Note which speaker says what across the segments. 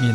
Speaker 1: 面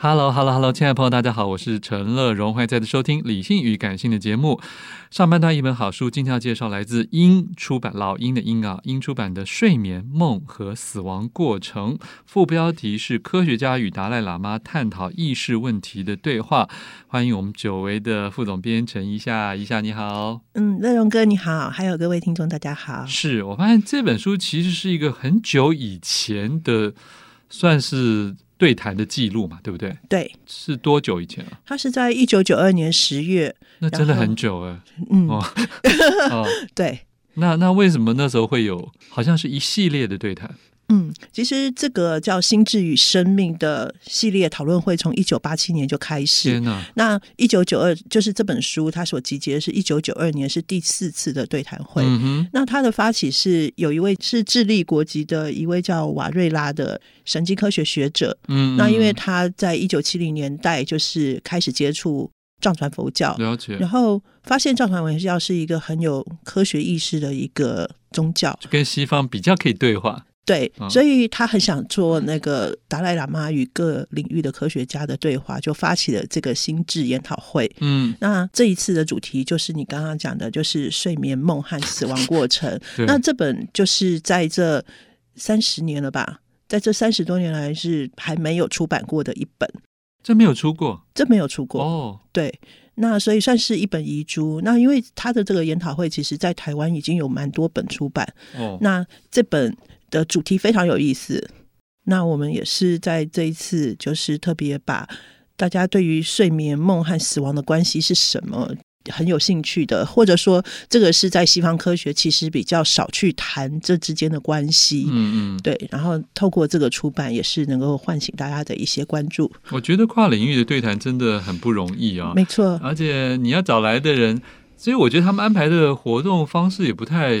Speaker 1: Hello，Hello，Hello，hello, hello, 亲爱的朋友，大家好，我是陈乐荣，欢迎再次收听《理性与感性》的节目。上半段一本好书，今天要介绍来自英出版老鹰的鹰啊，英出版的《睡眠、梦和死亡过程》，副标题是“科学家与达赖喇嘛探讨意识问题的对话”。欢迎我们久违的副总编陈一夏，一夏你好，
Speaker 2: 嗯，乐荣哥你好，还有各位听众大家好。
Speaker 1: 是我发现这本书其实是一个很久以前的，算是。对谈的记录嘛，对不对？
Speaker 2: 对，
Speaker 1: 是多久以前啊？
Speaker 2: 他是在一九九二年十月，
Speaker 1: 那真的很久哎。
Speaker 2: 嗯，哦，哦对。
Speaker 1: 那那为什么那时候会有？好像是一系列的对谈。
Speaker 2: 嗯，其实这个叫“心智与生命”的系列讨论会，从一九八七年就开始。
Speaker 1: 天哪！
Speaker 2: 那一九九二就是这本书，它所集结的是一九九二年是第四次的对谈会。
Speaker 1: 嗯、
Speaker 2: 那它的发起是有一位是智利国籍的一位叫瓦瑞拉的神经科学学者。
Speaker 1: 嗯,嗯，
Speaker 2: 那因为他在一九七零年代就是开始接触。藏传佛教，
Speaker 1: 了解，
Speaker 2: 然后发现藏传佛教是一个很有科学意识的一个宗教，
Speaker 1: 就跟西方比较可以对话。
Speaker 2: 对，嗯、所以他很想做那个达赖喇嘛与各领域的科学家的对话，就发起了这个心智研讨会。
Speaker 1: 嗯，
Speaker 2: 那这一次的主题就是你刚刚讲的，就是睡眠、梦和死亡过程。那这本就是在这三十年了吧，在这三十多年来是还没有出版过的一本。
Speaker 1: 这没有出过，
Speaker 2: 这没有出过
Speaker 1: 哦。
Speaker 2: 对，那所以算是一本遗珠。那因为他的这个研讨会，其实在台湾已经有蛮多本出版
Speaker 1: 哦。
Speaker 2: 那这本的主题非常有意思。那我们也是在这一次，就是特别把大家对于睡眠、梦和死亡的关系是什么很有兴趣的，或者说这个是在西方科学其实比较少去谈这之间的关系。
Speaker 1: 嗯嗯，
Speaker 2: 对。然后透过这个出版，也是能够唤醒大家的一些关注。
Speaker 1: 我觉得跨领域的对谈真的很不容易啊，
Speaker 2: 没错。
Speaker 1: 而且你要找来的人，所以我觉得他们安排的活动方式也不太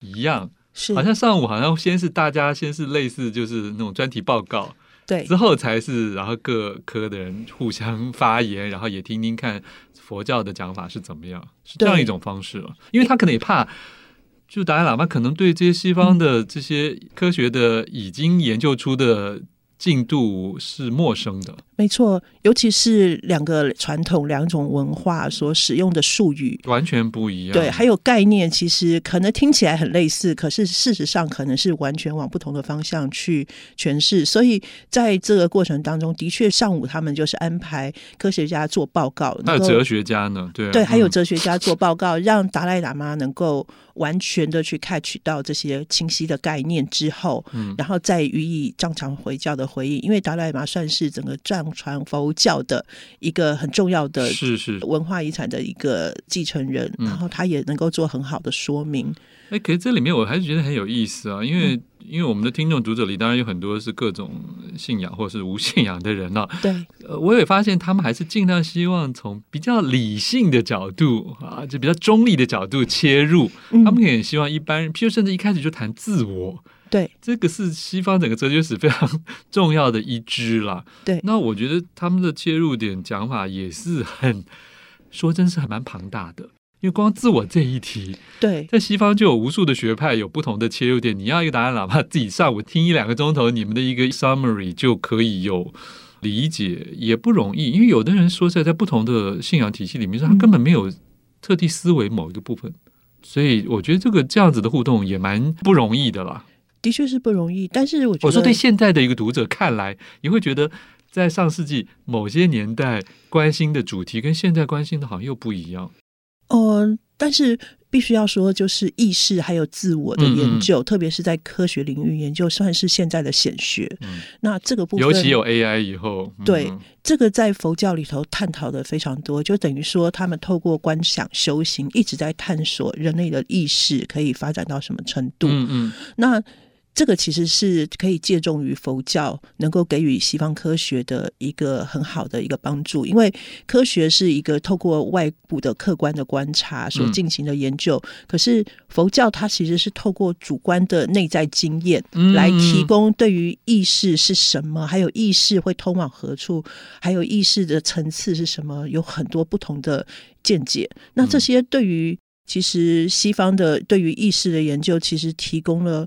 Speaker 1: 一样。
Speaker 2: 是，
Speaker 1: 好像上午好像先是大家先是类似就是那种专题报告，
Speaker 2: 对，
Speaker 1: 之后才是然后各科的人互相发言，然后也听听看佛教的讲法是怎么样，是这样一种方式了。因为他可能也怕，就达赖喇嘛可能对这些西方的这些科学的已经研究出的。进度是陌生的，
Speaker 2: 没错，尤其是两个传统、两种文化所使用的术语
Speaker 1: 完全不一样。
Speaker 2: 对，还有概念，其实可能听起来很类似，可是事实上可能是完全往不同的方向去诠释。所以在这个过程当中，的确，上午他们就是安排科学家做报告，
Speaker 1: 还有哲学家呢，对、啊、
Speaker 2: 对，还有哲学家做报告，嗯、让达赖喇嘛能够完全的去 catch 到这些清晰的概念之后，
Speaker 1: 嗯，
Speaker 2: 然后再予以正常回教的。回应，因为达赖喇嘛算是整个藏传佛教的一个很重要的
Speaker 1: 是是
Speaker 2: 文化遗产的一个继承人，
Speaker 1: 嗯、
Speaker 2: 然后他也能够做很好的说明。
Speaker 1: 哎，可是这里面我还是觉得很有意思啊，因为、嗯、因为我们的听众读者里当然有很多是各种信仰或是无信仰的人了、啊。
Speaker 2: 对、
Speaker 1: 呃，我也发现他们还是尽量希望从比较理性的角度啊，就比较中立的角度切入，
Speaker 2: 嗯、
Speaker 1: 他们也希望一般人，譬如甚至一开始就谈自我。
Speaker 2: 对，
Speaker 1: 这个是西方整个哲学史非常 重要的一支啦。
Speaker 2: 对，
Speaker 1: 那我觉得他们的切入点讲法也是很，说真是还蛮庞大的。
Speaker 3: 因为光自我这一题，
Speaker 2: 对
Speaker 3: 在西方就有无数的学派，有不同的切入点。你要一个答案，哪怕自己上午听一两个钟头，你们的一个 summary 就可以有理解，也不容易。因为有的人说在在不同的信仰体系里面，他根本没有特地思维某一个部分，所以我觉得这个这样子的互动也蛮不容易的啦。
Speaker 2: 的确是不容易。但是我觉得，
Speaker 3: 我说对现在的一个读者看来，你会觉得在上世纪某些年代关心的主题跟现在关心的好像又不一样。
Speaker 2: 呃，但是必须要说，就是意识还有自我的
Speaker 3: 嗯嗯
Speaker 2: 研究，特别是在科学领域研究，算是现在的显学。
Speaker 3: 嗯，
Speaker 2: 那这个部分，
Speaker 3: 尤其有 AI 以后，嗯
Speaker 2: 对这个在佛教里头探讨的非常多，就等于说他们透过观想修行，一直在探索人类的意识可以发展到什么程度。
Speaker 3: 嗯嗯
Speaker 2: 那这个其实是可以借重于佛教，能够给予西方科学的一个很好的一个帮助，因为科学是一个透过外部的客观的观察所进行的研究，可是佛教它其实是透过主观的内在经验
Speaker 3: 嗯
Speaker 2: 来提供对于意识是什么，还有意识会通往何处，还有意识的层次是什么，有很多不同的见解。那这些对于其实西方的对于意识的研究，其实提供了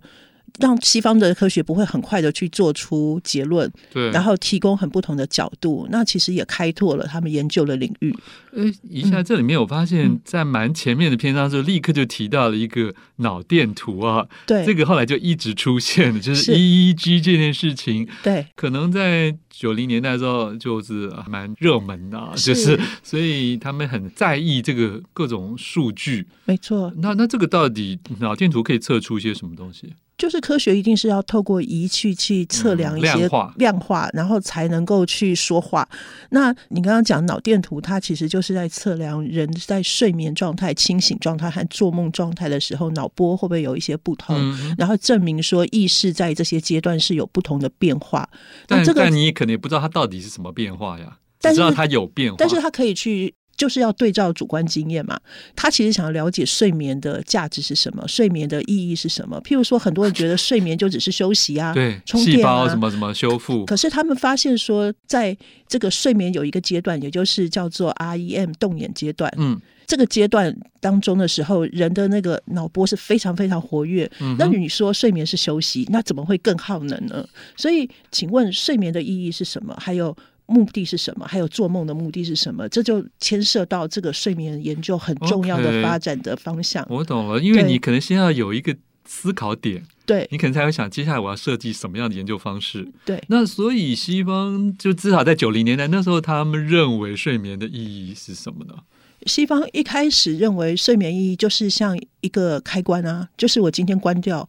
Speaker 2: 让西方的科学不会很快的去做出结论，
Speaker 3: 嗯对，
Speaker 2: 然后提供很不同的角度。那其实也开拓了他们研究的领域。
Speaker 3: 呃，一下这里面我发
Speaker 2: 嗯
Speaker 3: 现，在蛮前面的篇章就立刻就提到了一个脑电图啊，
Speaker 2: 对，
Speaker 3: 这个后来就一直出现了，就是是 EEG 这件事情，
Speaker 2: 对
Speaker 3: 可能在九零年代的时候就是啊蛮热门的、啊，
Speaker 2: 是
Speaker 3: 就是所以他们很在意这个各种数据。
Speaker 2: 没错，
Speaker 3: 那那这个到底脑电图可以测出些什么东西？
Speaker 2: 就是科学一定是要透过仪器去测量
Speaker 3: 嗯
Speaker 2: 一些、
Speaker 3: 量化
Speaker 2: 量化，然后才能够去说话。那你刚刚讲脑电图，它其实就是在测量人在睡眠状态、清醒状态和做梦状态的时候，脑波会不会有一些不同。
Speaker 3: 嗯，
Speaker 2: 然后证明说意识在这些阶段是有不同的变化。
Speaker 3: 但
Speaker 2: 那这个
Speaker 3: 但，你可能也不知道它到底是什么变化呀，只
Speaker 2: 但
Speaker 3: 知
Speaker 2: 是
Speaker 3: 道它有变化，
Speaker 2: 但是他可以去。就是要对照主观经验嘛，他其实想要了解睡眠的价值是什么，睡眠的意义是什么。譬如说，很多人觉得睡眠就只是休息啊，
Speaker 3: 对
Speaker 2: 充
Speaker 3: 细
Speaker 2: 电
Speaker 3: 胞
Speaker 2: 啊
Speaker 3: 什么什么修复，
Speaker 2: 可是他们发现说，在这个睡眠有一个阶段，也就是叫做 REM 动眼阶段，
Speaker 3: 嗯
Speaker 2: 这个阶段当中的时候，人的那个脑波是非常非常活跃。
Speaker 3: 嗯哼，
Speaker 2: 那你说睡眠是休息，那怎么会更耗能呢？所以，请问睡眠的意义是什么？还有目的是什么？还有做梦的目的是什么？这就牵涉到这个睡眠研究很重要
Speaker 3: OK
Speaker 2: 的发展的方向。
Speaker 3: 我懂了，因为
Speaker 2: 对
Speaker 3: 你可能先要有一个思考点，
Speaker 2: 对
Speaker 3: 你可能才会想接下来我要设计什么样的研究方式。
Speaker 2: 嗯对，
Speaker 3: 那所以西方就至少在九零年代那时候，他们认为睡眠的意义是什么呢？
Speaker 2: 西方一开始认为睡眠意义就是像一个开关啊，就是我今天关掉，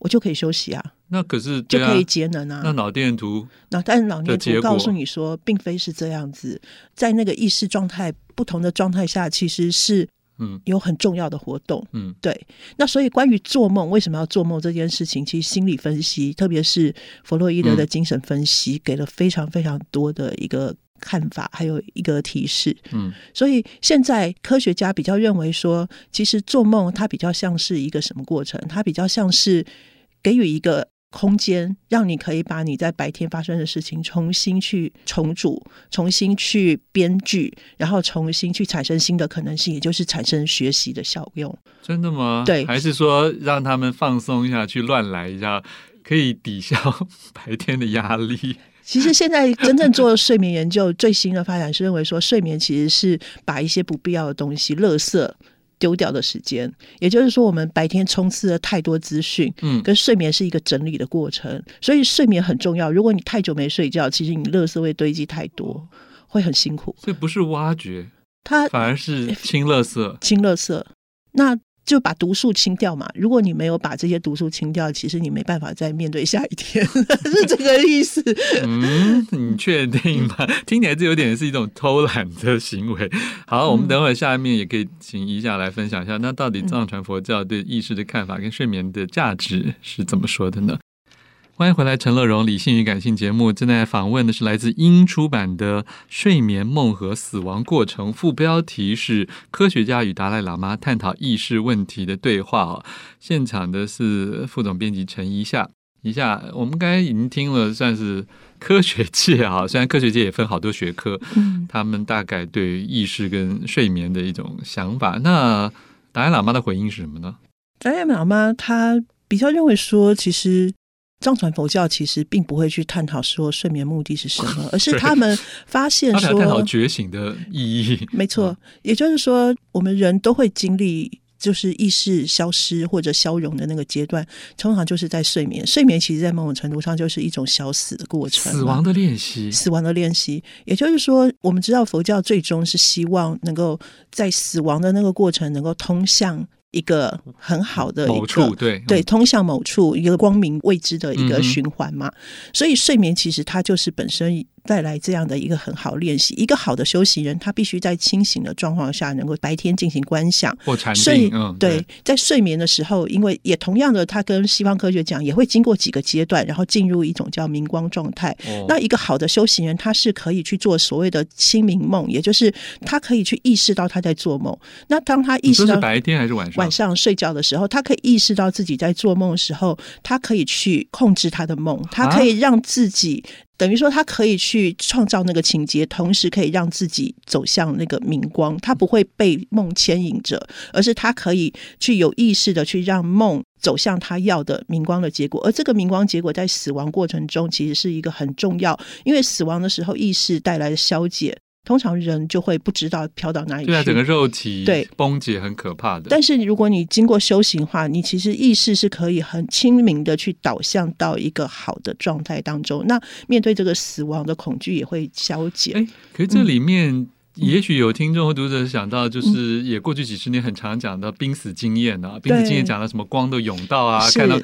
Speaker 2: 我就可以休息啊，
Speaker 3: 那可是
Speaker 2: 就
Speaker 3: 对啊
Speaker 2: 可以，节能啊。
Speaker 3: 那脑电图
Speaker 2: 那但是老年
Speaker 3: 的结
Speaker 2: 图
Speaker 3: 果
Speaker 2: 告诉你说，并非是这样子，在那个意识状态不同的状态下，其实是
Speaker 3: 嗯
Speaker 2: 有很重要的活动。
Speaker 3: 嗯
Speaker 2: 对，那所以关于做梦为什么要做梦这件事情，其实心理分析，特别是弗洛伊德
Speaker 3: 嗯
Speaker 2: 的精神分析，给了非常非常多的一个看法，还有一个提示。
Speaker 3: 嗯
Speaker 2: 所以现在科学家比较认为说，其实做梦它比较像是一个什么过程？它比较像是给予一个空间，让你可以把你在白天发生的事情重新去重组、重新去编剧，然后重新去产生新的可能性，也就是产生学习的效用。
Speaker 3: 真的吗？
Speaker 2: 对
Speaker 3: 还是说让他们放松一下，去乱来一下，可以抵消 白天的压力？
Speaker 2: 其实现在真正做睡眠研究，最新的发展是认为说，睡眠其实是把一些不必要的东西、垃圾丢掉的时间。也就是说，我们白天充斥了太多资讯，
Speaker 3: 嗯
Speaker 2: 跟睡眠是一个整理的过程，所以睡眠很重要。如果你太久没睡觉，其实你垃圾会堆积太多，会很辛苦。
Speaker 3: 所以不是挖掘，
Speaker 2: 它
Speaker 3: 哦反而是清垃圾。
Speaker 2: 清垃圾，那就把毒素清掉嘛。如果你没有把这些毒素清掉，其实你没办法再面对下一天， 是这个意思。
Speaker 3: 嗯，你确定吗？听起来这有点是一种偷懒的行为。好，我们等会儿下面也可以请一下来分享一下，那到底藏传佛教对意识的看法跟睡眠的价值是怎么说的呢？欢迎回来，陈乐荣《理性与感性》节目正在访问的是来自英出版的《睡眠梦和死亡过程》，副标题是“科学家与达赖喇嘛探讨意识问题的对话”哦。现场的是副总编辑陈一夏。一下，我们刚才已经听了，算是科学界啊，虽然科学界也分好多学科，
Speaker 4: 嗯
Speaker 3: 他们大概对于意识跟睡眠的一种想法。那达赖喇嘛的回应是什么呢？
Speaker 2: 达赖喇嘛他比较认为说，其实藏传佛教其实并不会去探讨说睡眠目的是什么，而是他们发现
Speaker 3: 他们要探讨
Speaker 2: 说，
Speaker 3: 觉醒的意义。
Speaker 2: 没错，也就是说，我们人都会经历。就是意识消失或者消融的那个阶段，通常就是在睡眠。睡眠其实，在某种程度上就是一种小死的过程嘛，
Speaker 3: 死亡的练习，
Speaker 2: 死亡的练习。也就是说，我们知道佛教最终是希望能够在死亡的那个过程，能够通向一个很好的一个
Speaker 3: 某处对
Speaker 2: 对，通向某处一个光明未知的一
Speaker 3: 嗯
Speaker 2: 个
Speaker 3: 哼
Speaker 2: 循环嘛。所以睡眠其实它就是本身带来这样的一个很好练习。一个好的修行人，他必须在清醒的状况下，能够白天进行观想。
Speaker 3: 或禅
Speaker 2: 睡
Speaker 3: 定，嗯，
Speaker 2: 对，在睡眠的时候，因为也同样的，它跟西方科学讲，也会经过几个阶段，然后进入一种叫明光状态。
Speaker 3: 哦
Speaker 2: 那一个好的修行人，他是可以去做所谓的清明梦，也就是他可以去意识到他在做梦。那当他意
Speaker 3: 你
Speaker 2: 识
Speaker 3: 说是
Speaker 2: 到
Speaker 3: 白天还是晚上？
Speaker 2: 晚上睡觉的时候，他可以意识到自己在做梦的时候，他可以去控制他的梦，
Speaker 3: 啊
Speaker 2: 他可以让自己、等于说他可以去创造那个情节，同时可以让自己走向那个明光，他不会被梦牵引着，而是他可以去有意识的去让梦。走向他要的明光的结果，而这个明光结果在死亡过程中其实是一个很重要，因为死亡的时候意识带来的消解，通常人就会不知道飘到哪里去。
Speaker 3: 对啊，整个肉体
Speaker 2: 对
Speaker 3: 崩解很可怕的。
Speaker 2: 但是如果你经过修行的话，你其实意识是可以很清明的去导向到一个好的状态当中。那面对这个死亡的恐惧也会消解。
Speaker 3: 哎，可是这
Speaker 2: 嗯
Speaker 3: 里面。也许有听众和读者想到，
Speaker 2: 嗯
Speaker 3: 就是也过去几十年很常讲到濒死经验啊，濒死经验讲到什么光都涌到啊，
Speaker 2: 是
Speaker 3: 看到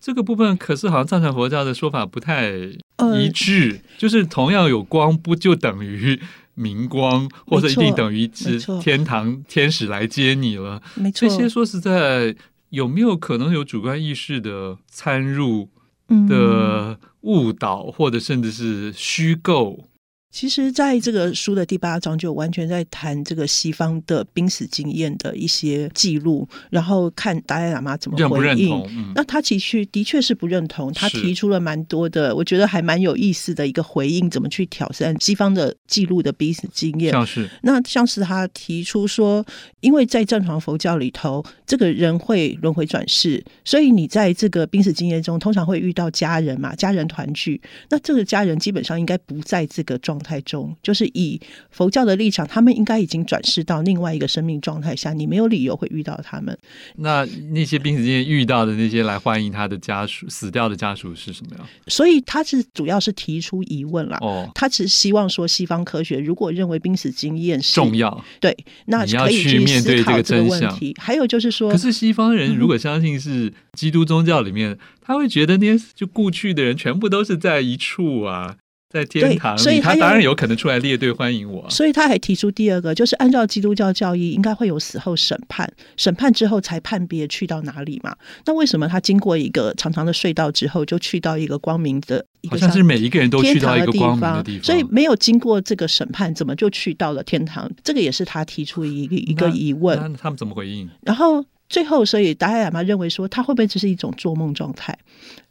Speaker 3: 这个部分，可是好像藏传佛教的说法不太
Speaker 2: 呃
Speaker 3: 一致，就是同样有光，不就等于明光，或者一定等于
Speaker 2: 没
Speaker 3: 是
Speaker 2: 错
Speaker 3: 天堂天使来接你了？
Speaker 2: 没
Speaker 3: 这
Speaker 2: 错，
Speaker 3: 些说实在，有没有可能有主观意识的参入
Speaker 2: 嗯
Speaker 3: 的误导，或者甚至是虚构？
Speaker 2: 其实，在这个书的第八章就完全在谈这个西方的濒死经验的一些记录，然后看达赖喇嘛怎么
Speaker 3: 认不
Speaker 2: 回
Speaker 3: 认
Speaker 2: 应。
Speaker 3: 同？嗯，
Speaker 2: 那他其实的确是不认同，他
Speaker 3: 是
Speaker 2: 提出了蛮多的，我觉得还蛮有意思的一个回应，怎么去挑战西方的记录的濒死经验。
Speaker 3: 像是
Speaker 2: 那像是他提出说，因为在正常佛教里头，这个人会轮回转世，所以你在这个濒死经验中，通常会遇到家人嘛，家人团聚。那这个家人基本上应该不在这个状态中，就是以佛教的立场，他们应该已经转世到另外一个生命状态下，你没有理由会遇到他们。
Speaker 3: 那那些濒死经验遇到的那些来欢迎他的家属死掉的家属是什么呀？
Speaker 2: 所以他是主要是提出疑问啦。
Speaker 3: 哦，
Speaker 2: 他只是希望说，西方科学如果认为濒死经验是
Speaker 3: 重，要。
Speaker 2: 对，那
Speaker 3: 你要
Speaker 2: 可以
Speaker 3: 去面对
Speaker 2: 思
Speaker 3: 这
Speaker 2: 考
Speaker 3: 个
Speaker 2: 这个
Speaker 3: 真
Speaker 2: 问
Speaker 3: 相
Speaker 2: 题。还有就是说，
Speaker 3: 可是西方人如果相信是基督宗教里面，他会觉得那些就故去的人全部都是在一处啊，在天
Speaker 2: 对
Speaker 3: 堂
Speaker 2: 所
Speaker 3: 里，
Speaker 2: 以他
Speaker 3: 他
Speaker 2: 要
Speaker 3: 当然有可能出来列队欢迎我啊。
Speaker 2: 所以他还提出第二个，就是按照基督教教义，应该会有死后审判，审判之后才判别去到哪里嘛。那为什么他经过一个长长的隧道之后，就去到一个光明的一
Speaker 3: 好
Speaker 2: 个
Speaker 3: 像是每一个人都去
Speaker 2: 天
Speaker 3: 到
Speaker 2: 堂
Speaker 3: 一
Speaker 2: 的
Speaker 3: 个
Speaker 2: 地
Speaker 3: 光明
Speaker 2: 方
Speaker 3: 的地方，
Speaker 2: 所以没有经过这个审判，怎么就去到了天堂？这个也是他提出一个一个疑问。
Speaker 3: 那他们怎么回应？
Speaker 2: 然后最后，所以达赖喇嘛认为说，他会不会只是一种做梦状态？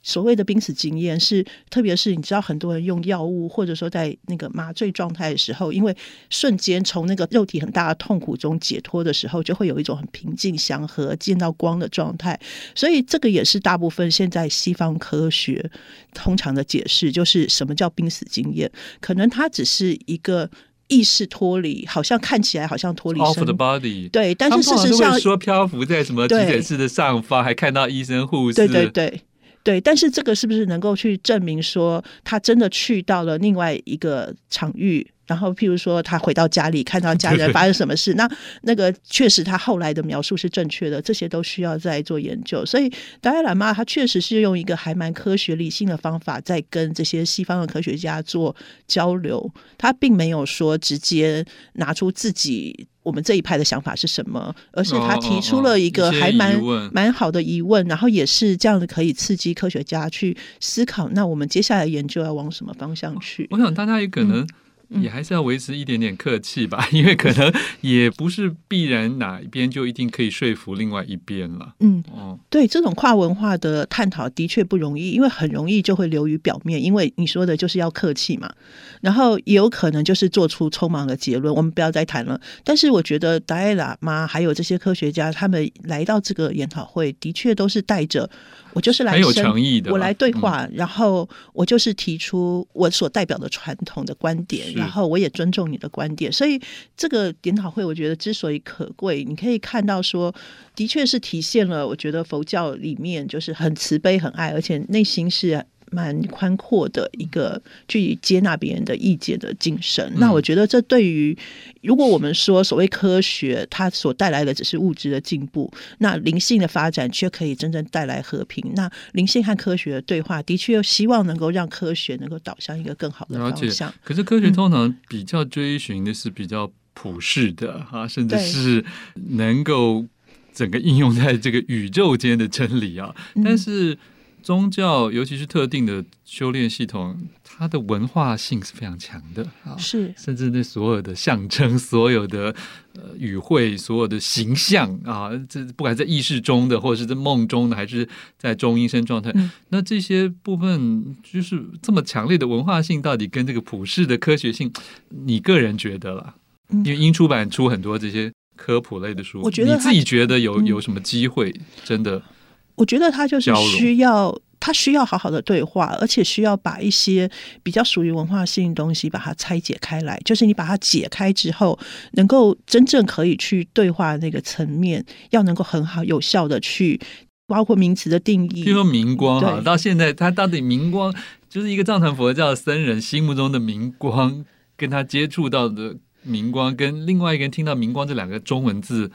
Speaker 2: 所谓的濒死经验是，特别是你知道，很多人用药物，或者说在那个麻醉状态的时候，因为瞬间从那个肉体很大的痛苦中解脱的时候，就会有一种很平静、祥和、见到光的状态。所以这个也是大部分现在西方科学通常的解释，就是什么叫濒死经验？可能它只是一个。意识脱离，好像看起来好像脱离
Speaker 3: off
Speaker 2: 身
Speaker 3: the body。
Speaker 2: 对，但是
Speaker 3: 他
Speaker 2: 事
Speaker 3: 们
Speaker 2: 实
Speaker 3: 通常都
Speaker 2: 上
Speaker 3: 会说漂浮在什么急
Speaker 2: 对
Speaker 3: 诊室的上方，还看到医生护士。
Speaker 2: 对对对对，但是这个是不是能够去证明说他真的去到了另外一个场域？然后，譬如说，他回到家里看到 家人
Speaker 3: 对
Speaker 2: 发生什么事，那那个确实他后来的描述是正确的，这些都需要再做研究。所以，达赖喇嘛他确实是用一个还蛮科学理性的方法，在跟这些西方的科学家做交流。他并没有说直接拿出自己我们这一派的想法是什么，而是他提出了一
Speaker 3: 哦
Speaker 2: 个
Speaker 3: 哦哦一些
Speaker 2: 还蛮
Speaker 3: 疑问
Speaker 2: 蛮好的疑问，然后也是这样子可以刺激科
Speaker 3: 哦
Speaker 2: 学家去思考，那我们接下来研究要往什么方向去？嗯
Speaker 3: 我想大家也可能也还是要维持一点点客气吧， 因为可能也不是必然哪一边就一定可以说服另外一边了。
Speaker 2: 嗯，
Speaker 3: 哦，
Speaker 2: 对，这种跨文化的探讨的确不容易，因为很容易就会流于表面，因为你说的就是要客气嘛，然后也有可能就是做出匆忙的结论，我们不要再谈了。但是我觉得达赖喇嘛还有这些科学家，他们来到这个研讨会，的确都是带着我就是来
Speaker 3: 很有
Speaker 2: 深
Speaker 3: 诚意的啦嗯
Speaker 2: 我来对话，然后我就是提出我所代表的传统的观点，
Speaker 3: 是
Speaker 2: 然后我也尊重你的观点，所以这个研讨会我觉得之所以可贵，你可以看到说，的确是体现了我觉得佛教里面就是很慈悲、很爱，而且内心是。蛮宽阔的一个去接纳别人的意见的精神，那我觉得这对于如果我们说所谓科学，它所带来的只是物质的进步，那灵性的发展却可以真正带来和平。那灵性和科学的对话，的确希望能够让科学能够导向一个更好的
Speaker 3: 了解
Speaker 2: 方向。。
Speaker 3: 可是科学通常比较追寻的是比较普世的啊，甚至
Speaker 2: 对
Speaker 3: 是能够整个应用在这个宇宙间的真理啊。
Speaker 2: 嗯
Speaker 3: 但是宗教，尤其是特定的修炼系统，它的文化性是非常强的啊。
Speaker 2: 是，
Speaker 3: 甚至对所有的象征、所有的呃语汇、所有的形象啊，这不管在意识中的，或者是在梦中的，还是在中阴身状态，
Speaker 2: 嗯
Speaker 3: 那这些部分就是这么强烈的文化性，到底跟这个普世的科学性，你个人觉得啦？
Speaker 2: 嗯
Speaker 3: 因为英出版出很多这些科普类的书，
Speaker 2: 我觉得
Speaker 3: 你
Speaker 2: 它
Speaker 3: 自己觉得有
Speaker 2: 嗯
Speaker 3: 有什么机会？真的
Speaker 2: 我觉得他就是
Speaker 3: 交融
Speaker 2: 需要，他需要好好的对话，而且需要把一些比较属于文化性的东西把它拆解开来。就是你把它解开之后，能够真正可以去对话那个层面，要能够很好有效的去。包括名词的定义，
Speaker 3: 譬如说明光哈，
Speaker 2: 对
Speaker 3: 到现在他到底明光就是一个藏传佛教僧人心目中的明 光，跟他接触到的明光，跟另外一个人听到明光这两个中文字，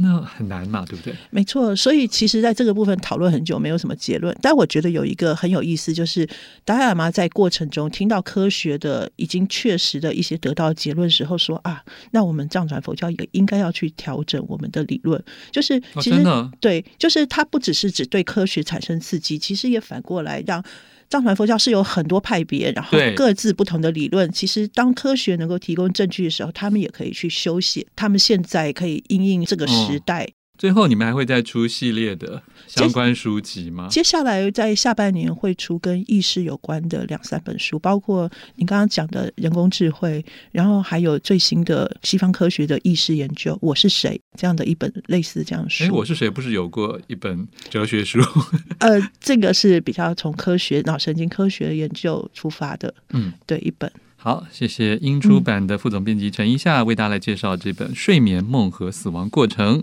Speaker 3: 那很难嘛，对不对？
Speaker 2: 没错，所以其实在这个部分讨论很久，没有什么结论。但我觉得有一个很有意思，就是达赖喇嘛在过程中听到科学的已经确实的一些得到结论时候说啊，那我们藏传佛教也应该要去调整我们的理论，就是
Speaker 3: 哦
Speaker 2: 其实、
Speaker 3: 真的
Speaker 2: 对，就是它不只是只对科学产生刺激，其实也反过来让。藏传佛教是有很多派别，然后
Speaker 3: 对
Speaker 2: 各自不同的理论。其实，当科学能够提供证据的时候，他们也可以去修写。他们现在可以因应这个时
Speaker 3: 嗯
Speaker 2: 代，
Speaker 3: 最后你们还会再出系列的相关书籍吗？
Speaker 2: 接下来在下半年会出跟意识有关的两三本书，包括你刚刚讲的人工智慧，然后还有最新的西方科学的意识研究《我是谁》这样的一本类似这样的
Speaker 3: 哎，
Speaker 2: 书。
Speaker 3: 我是谁？不是有过一本哲学书？
Speaker 2: 呃，这个是比较从科学脑神经科学研究出发的，
Speaker 3: 嗯，
Speaker 2: 对一本。
Speaker 3: 好，谢谢英出版的副总编辑陈一夏为大家来介绍这本《睡眠梦和死亡过程》。